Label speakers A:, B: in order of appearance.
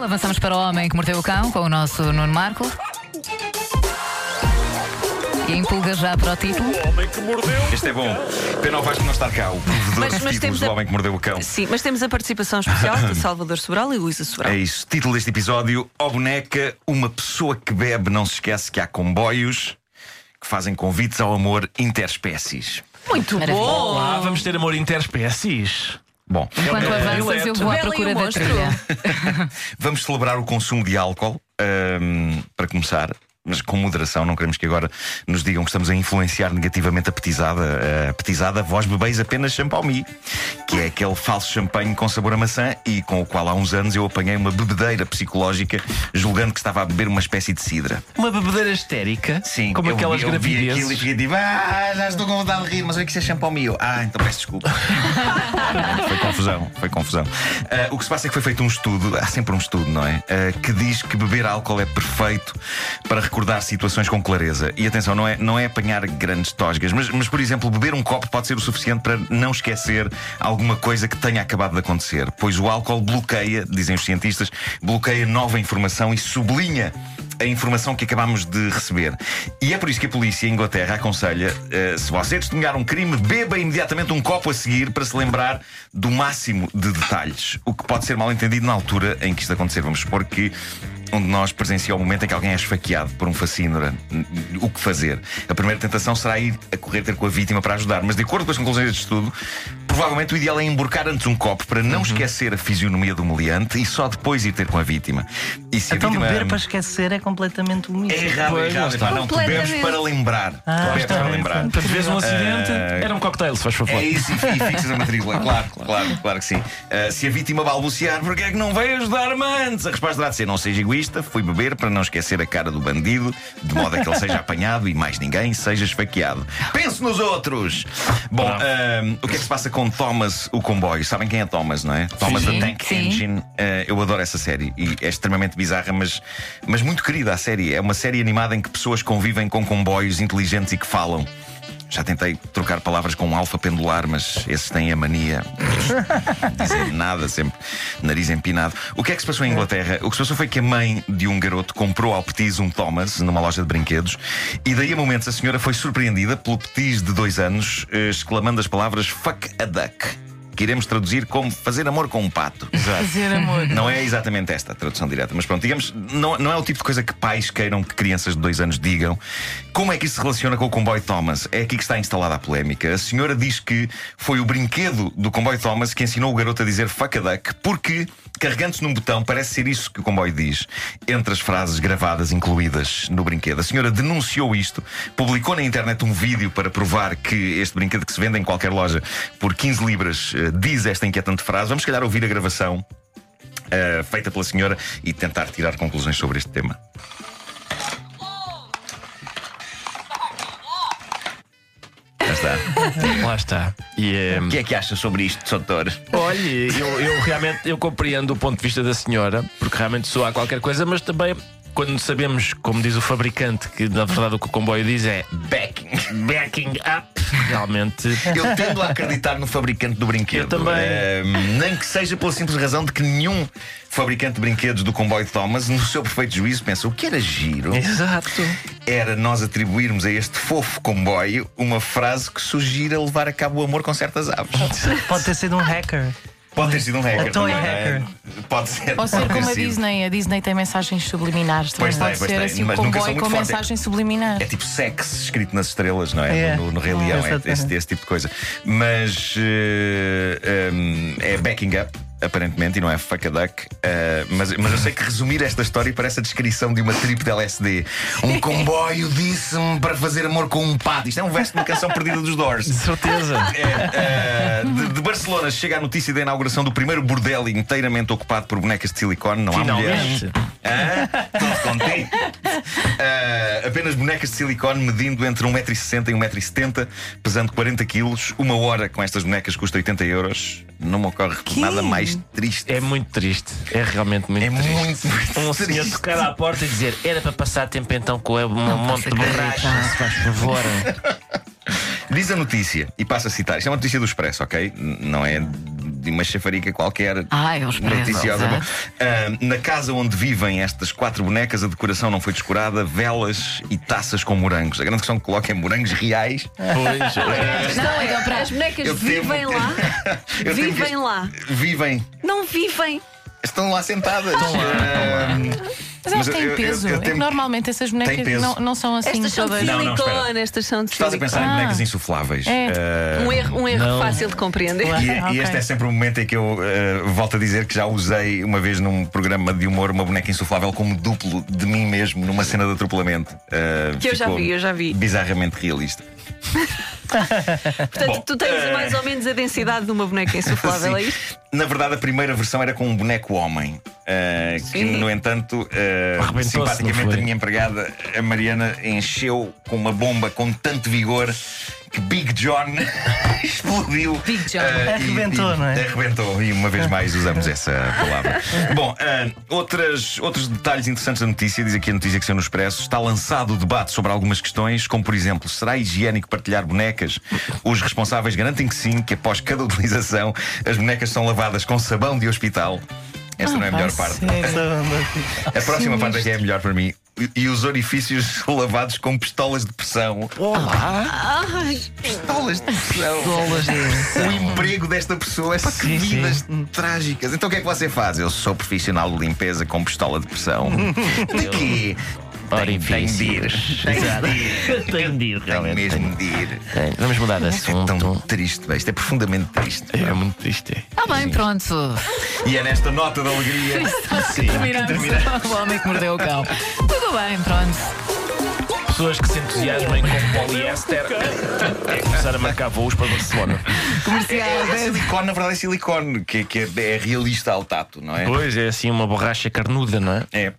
A: Avançamos para o Homem que Mordeu o Cão com o nosso Nuno Marco. E empolga já para o
B: É
A: título.
C: Este é bom. Pena o Vasco não estar cá, o
D: Mas-
C: provedor de
D: mas
C: títulos
D: temos
C: do
D: a-
C: Homem que Mordeu o Cão.
D: Sim, mas temos a participação especial de Salvador Sobral e Luísa Sobral.
C: É isso. Título deste episódio: Ó boneca, uma pessoa que bebe não se esquece que há comboios que fazem convites ao amor interespécies.
D: Muito
A: Maravilha.
D: bom!
B: Olá, Ah, vamos ter amor interespécies.
C: Bom,
A: Enquanto
B: É,
A: avanças,
B: violento.
A: eu vou à
D: Bela e
A: procura
D: o
A: da
D: monstro.
A: trilha.
C: vamos celebrar o consumo de álcool, ahm, para começar. Mas com moderação, não queremos que agora nos digam que estamos a influenciar negativamente a petizada. A petizada, vós bebeis apenas champanhe, que é aquele falso champanhe com sabor a maçã e com o qual há uns anos eu apanhei uma bebedeira psicológica, julgando que estava a beber uma espécie de sidra.
B: Uma bebedeira histérica.
C: Sim,
B: Como
C: eu
B: aquelas
C: vi, eu vi aquilo e
B: gravidezes.
C: fiquei tipo, ah, já estou com vontade de rir, mas olha que isso é champanhe. Eu, Ah, então peço desculpa. foi confusão, foi confusão. Ah, o que se passa é que foi feito um estudo, há sempre um estudo, não é? Ah, que diz que beber álcool é perfeito para recordar situações com clareza. E atenção, não é, não é apanhar grandes tosgas, mas, mas, por exemplo, beber um copo pode ser o suficiente para não esquecer alguma coisa que tenha acabado de acontecer. Pois o álcool bloqueia, dizem os cientistas, bloqueia nova informação e sublinha a informação que acabámos de receber. E é por isso que a polícia em Inglaterra aconselha: eh, se você testemunhar um crime, beba imediatamente um copo a seguir para se lembrar do máximo de detalhes. O que pode ser mal entendido na altura em que isto acontecer. Vamos supor que. Um de nós presenciou o momento em que alguém é esfaqueado por um facínora. N- n- O que fazer? A primeira tentação será ir a correr ter com a vítima para ajudar. Mas, de acordo com as conclusões deste estudo, provavelmente o ideal é emborcar antes um copo para não esquecer a fisionomia do meliante e só depois ir ter com a vítima. E se a
E: Então
C: vítima.
E: beber para esquecer é completamente um mito.
C: É errado, é
B: Pois, lá
C: errado.
B: está.
C: Epá, Não, tu bebes
A: Completamente.
C: para lembrar. Tu bebes para lembrar.
B: Portanto, vês um acidente, era um cocktail, se faz favor.
C: É isso, e fi- e fixas a matrícula. Claro, claro, claro que sim. Ah, se a vítima balbuciar, porquê é que não veio ajudar-me antes? A resposta terá de ser: não seja egoísta, fui beber para não esquecer a cara do bandido, de modo a que ele seja apanhado e mais ninguém seja esfaqueado. Pense nos outros! Bom,
B: Bravo.
C: ah, o que é que se passa com Thomas o comboio? Sabem quem é Thomas, não é? Thomas
A: Sim.
C: the Tank
A: Sim.
C: Engine. Machine. Eh, eu adoro essa série e é extremamente bizarra, mas, mas muito querida a série. É uma série animada em que pessoas convivem com comboios inteligentes e que falam. Já tentei trocar palavras com um alfa pendular, mas esses têm a mania dizer nada, sempre nariz empinado. O que é que se passou em Inglaterra? O que se passou foi que a mãe de um garoto comprou ao petis um Thomas numa loja de brinquedos e daí a momentos a senhora foi surpreendida pelo petis de dois anos, eh, exclamando as palavras fuck a duck, que iremos traduzir como fazer amor com um pato.
E: Fazer amor.
C: Não é exatamente esta a tradução direta, mas pronto, digamos, não, não é o tipo de coisa que pais queiram que crianças de dois anos digam. Como é que isso se relaciona com o comboio Thomas? É aqui que está instalada a polémica. A senhora diz que foi o brinquedo do comboio Thomas que ensinou o garoto a dizer fuck a duck, porque, carregando-se num botão, parece ser isso que o comboio diz, entre as frases gravadas incluídas no brinquedo. A senhora denunciou isto, publicou na internet um vídeo para provar que este brinquedo que se vende em qualquer loja por 15 libras eh, diz esta inquietante frase. Vamos, se calhar, ouvir a gravação uh, feita pela senhora e tentar tirar conclusões sobre este tema. Já está.
B: Lá está. E, eh,
C: O que é que acha sobre isto, doutor?
B: Olha, eu, eu realmente eu compreendo o ponto de vista da senhora, porque realmente soa a qualquer coisa, mas também quando sabemos, como diz o fabricante, que na verdade o que o comboio diz é backing, backing up, realmente.
C: Eu tendo a acreditar no fabricante do brinquedo.
B: Eu também.
C: Eh, nem que seja pela simples razão de que nenhum fabricante de brinquedos do comboio Thomas, no seu perfeito juízo, pensa o que era giro.
B: É. Exato.
C: era nós atribuirmos a este fofo comboio uma frase que sugira levar a cabo o amor com certas aves.
E: Pode ter sido um hacker.
C: Pode ter sido um hacker.
E: Então é
C: também, não
E: hacker.
C: Pode ser.
F: Pode ser
C: ter
F: como a
C: sido.
F: Disney. A Disney tem mensagens subliminares. Também
C: Pois tem,
F: pode
C: pois
F: ser
C: tem,
F: assim o
C: mas nunca são
F: comboio
C: muito
F: com
C: fortes.
F: mensagem subliminar.
C: É tipo sexo escrito nas estrelas, não é?
E: É.
C: No, no Rei Leão,
E: Exatamente.
C: é esse, esse tipo de coisa. Mas eh, ehm, é backing up, aparentemente, e não é fuck a duck. Eh, mas, mas eu sei que resumir esta história parece a descrição de uma trip de LSD. Um comboio disse-me para fazer amor com um pato. Isto é um verso de uma canção perdida dos Doors.
B: De certeza.
C: É, eh, de, de Barcelona chega a notícia da inauguração do primeiro bordel inteiramente ocupado por bonecas de silicone. Não há mulheres.
B: Finalmente.
C: Hã? Todo contente. Eh, apenas bonecas de silicone medindo entre 1,60m e 1,70m, pesando 40 quilos. Uma hora com estas bonecas custa 80 euros. Não me ocorre nada mais triste.
B: É muito triste. É realmente muito
C: É
B: triste.
C: muito, muito
B: Um senhor
C: triste.
B: tocar à porta e dizer era para passar tempo então com um monte de borracha, se faz favor.
C: Diz a notícia, e passo a citar, isto é uma notícia do Expresso, ok? N- Não é de uma chafarica qualquer.
G: Ah,
A: Ai, aos presos,
C: noticiosa.
G: é?
A: exato.
C: Bom, ah, na casa onde vivem estas quatro bonecas, a decoração não foi descurada, velas e taças com morangos. A grande questão que coloca é morangos reais.
B: Pois,
G: Não, então, para as bonecas
C: Eu temo
G: vivem
C: que-
G: lá.
C: Eu tenho que-
G: Vivem lá.
C: Vivem.
G: Não vivem.
C: Estão lá sentadas. Ah, Estão
F: Mas elas têm peso. é que normalmente essas
C: Tem
F: bonecas
C: peso.
F: não, não são assim
G: Estas são de
F: todas.
C: Não, não, espera.
G: silicone, estas são de
C: Estás a pensar
G: silicone.
C: em
F: Ah.
C: bonecas insufláveis.
F: É.
C: Ah,
G: Um erro, um erro fácil de compreender.
C: E,
F: Ah,
C: e
F: ok.
C: este é sempre o momento em que eu eh, volto a dizer que já usei uma vez num programa de humor uma boneca insuflável como duplo de mim mesmo numa cena de atropelamento. Eh,
G: Que eu já
C: ficou
G: vi, eu já vi.
C: Bizarramente realista.
G: Portanto,
C: Bom,
G: tu tens mais ou menos a densidade de uma boneca insuflável, é
C: Sim.
G: isto?
C: Na verdade, a primeira versão era com um boneco homem. eh, que,
G: Sim.
C: no entanto, eh,
B: Arrebentou-se, não
C: simpaticamente
B: foi?
C: a minha empregada, a Mariana, encheu com uma bomba com tanto vigor que Big John explodiu.
A: Big John.
C: eh, e-
E: Arrebentou,
C: e-
E: não é?
C: Arrebentou, e uma vez mais usamos essa palavra. Bom, ah, outras, outros detalhes interessantes da notícia, diz aqui a notícia que saiu no Expresso, está lançado o debate sobre algumas questões, como por exemplo, será higiênico partilhar bonecas? Os responsáveis garantem que sim, que após cada utilização as bonecas são lavadas com sabão de hospital. Esta não é a
F: Ah,
C: melhor
F: vai
C: parte.
F: ser.
C: A próxima parte é que é a melhor para mim. E- E os orifícios lavados com pistolas de pressão.
G: Ai,
C: Pistolas de pressão.
E: Bolas de-
C: O emprego desta pessoa é seguidas trágicas. Então o que é que você faz? Eu sou profissional de limpeza com pistola de pressão. De quê? Tem, tem de ir. Tem de ir.
B: Tenho de ir,
C: Tem
B: realmente.
C: mesmo de ir.
B: tenho. Vamos mudar de
C: É tão
B: assunto.
C: triste, bem, isto é profundamente triste.
B: É muito triste.
A: Está Tá bem, pronto.
C: E é nesta nota de alegria. Sim, que terminamos.
A: Terminamos. o homem que mordeu o cão. Tudo bem, pronto.
B: Pessoas que se entusiasmem com poliéster é começar a marcar voos para Barcelona.
A: Comercial
C: É
A: 10.
C: silicone, na verdade é silicone, que, que é, é realista ao tato, não é?
B: Pois é assim uma borracha carnuda, não é?
C: É.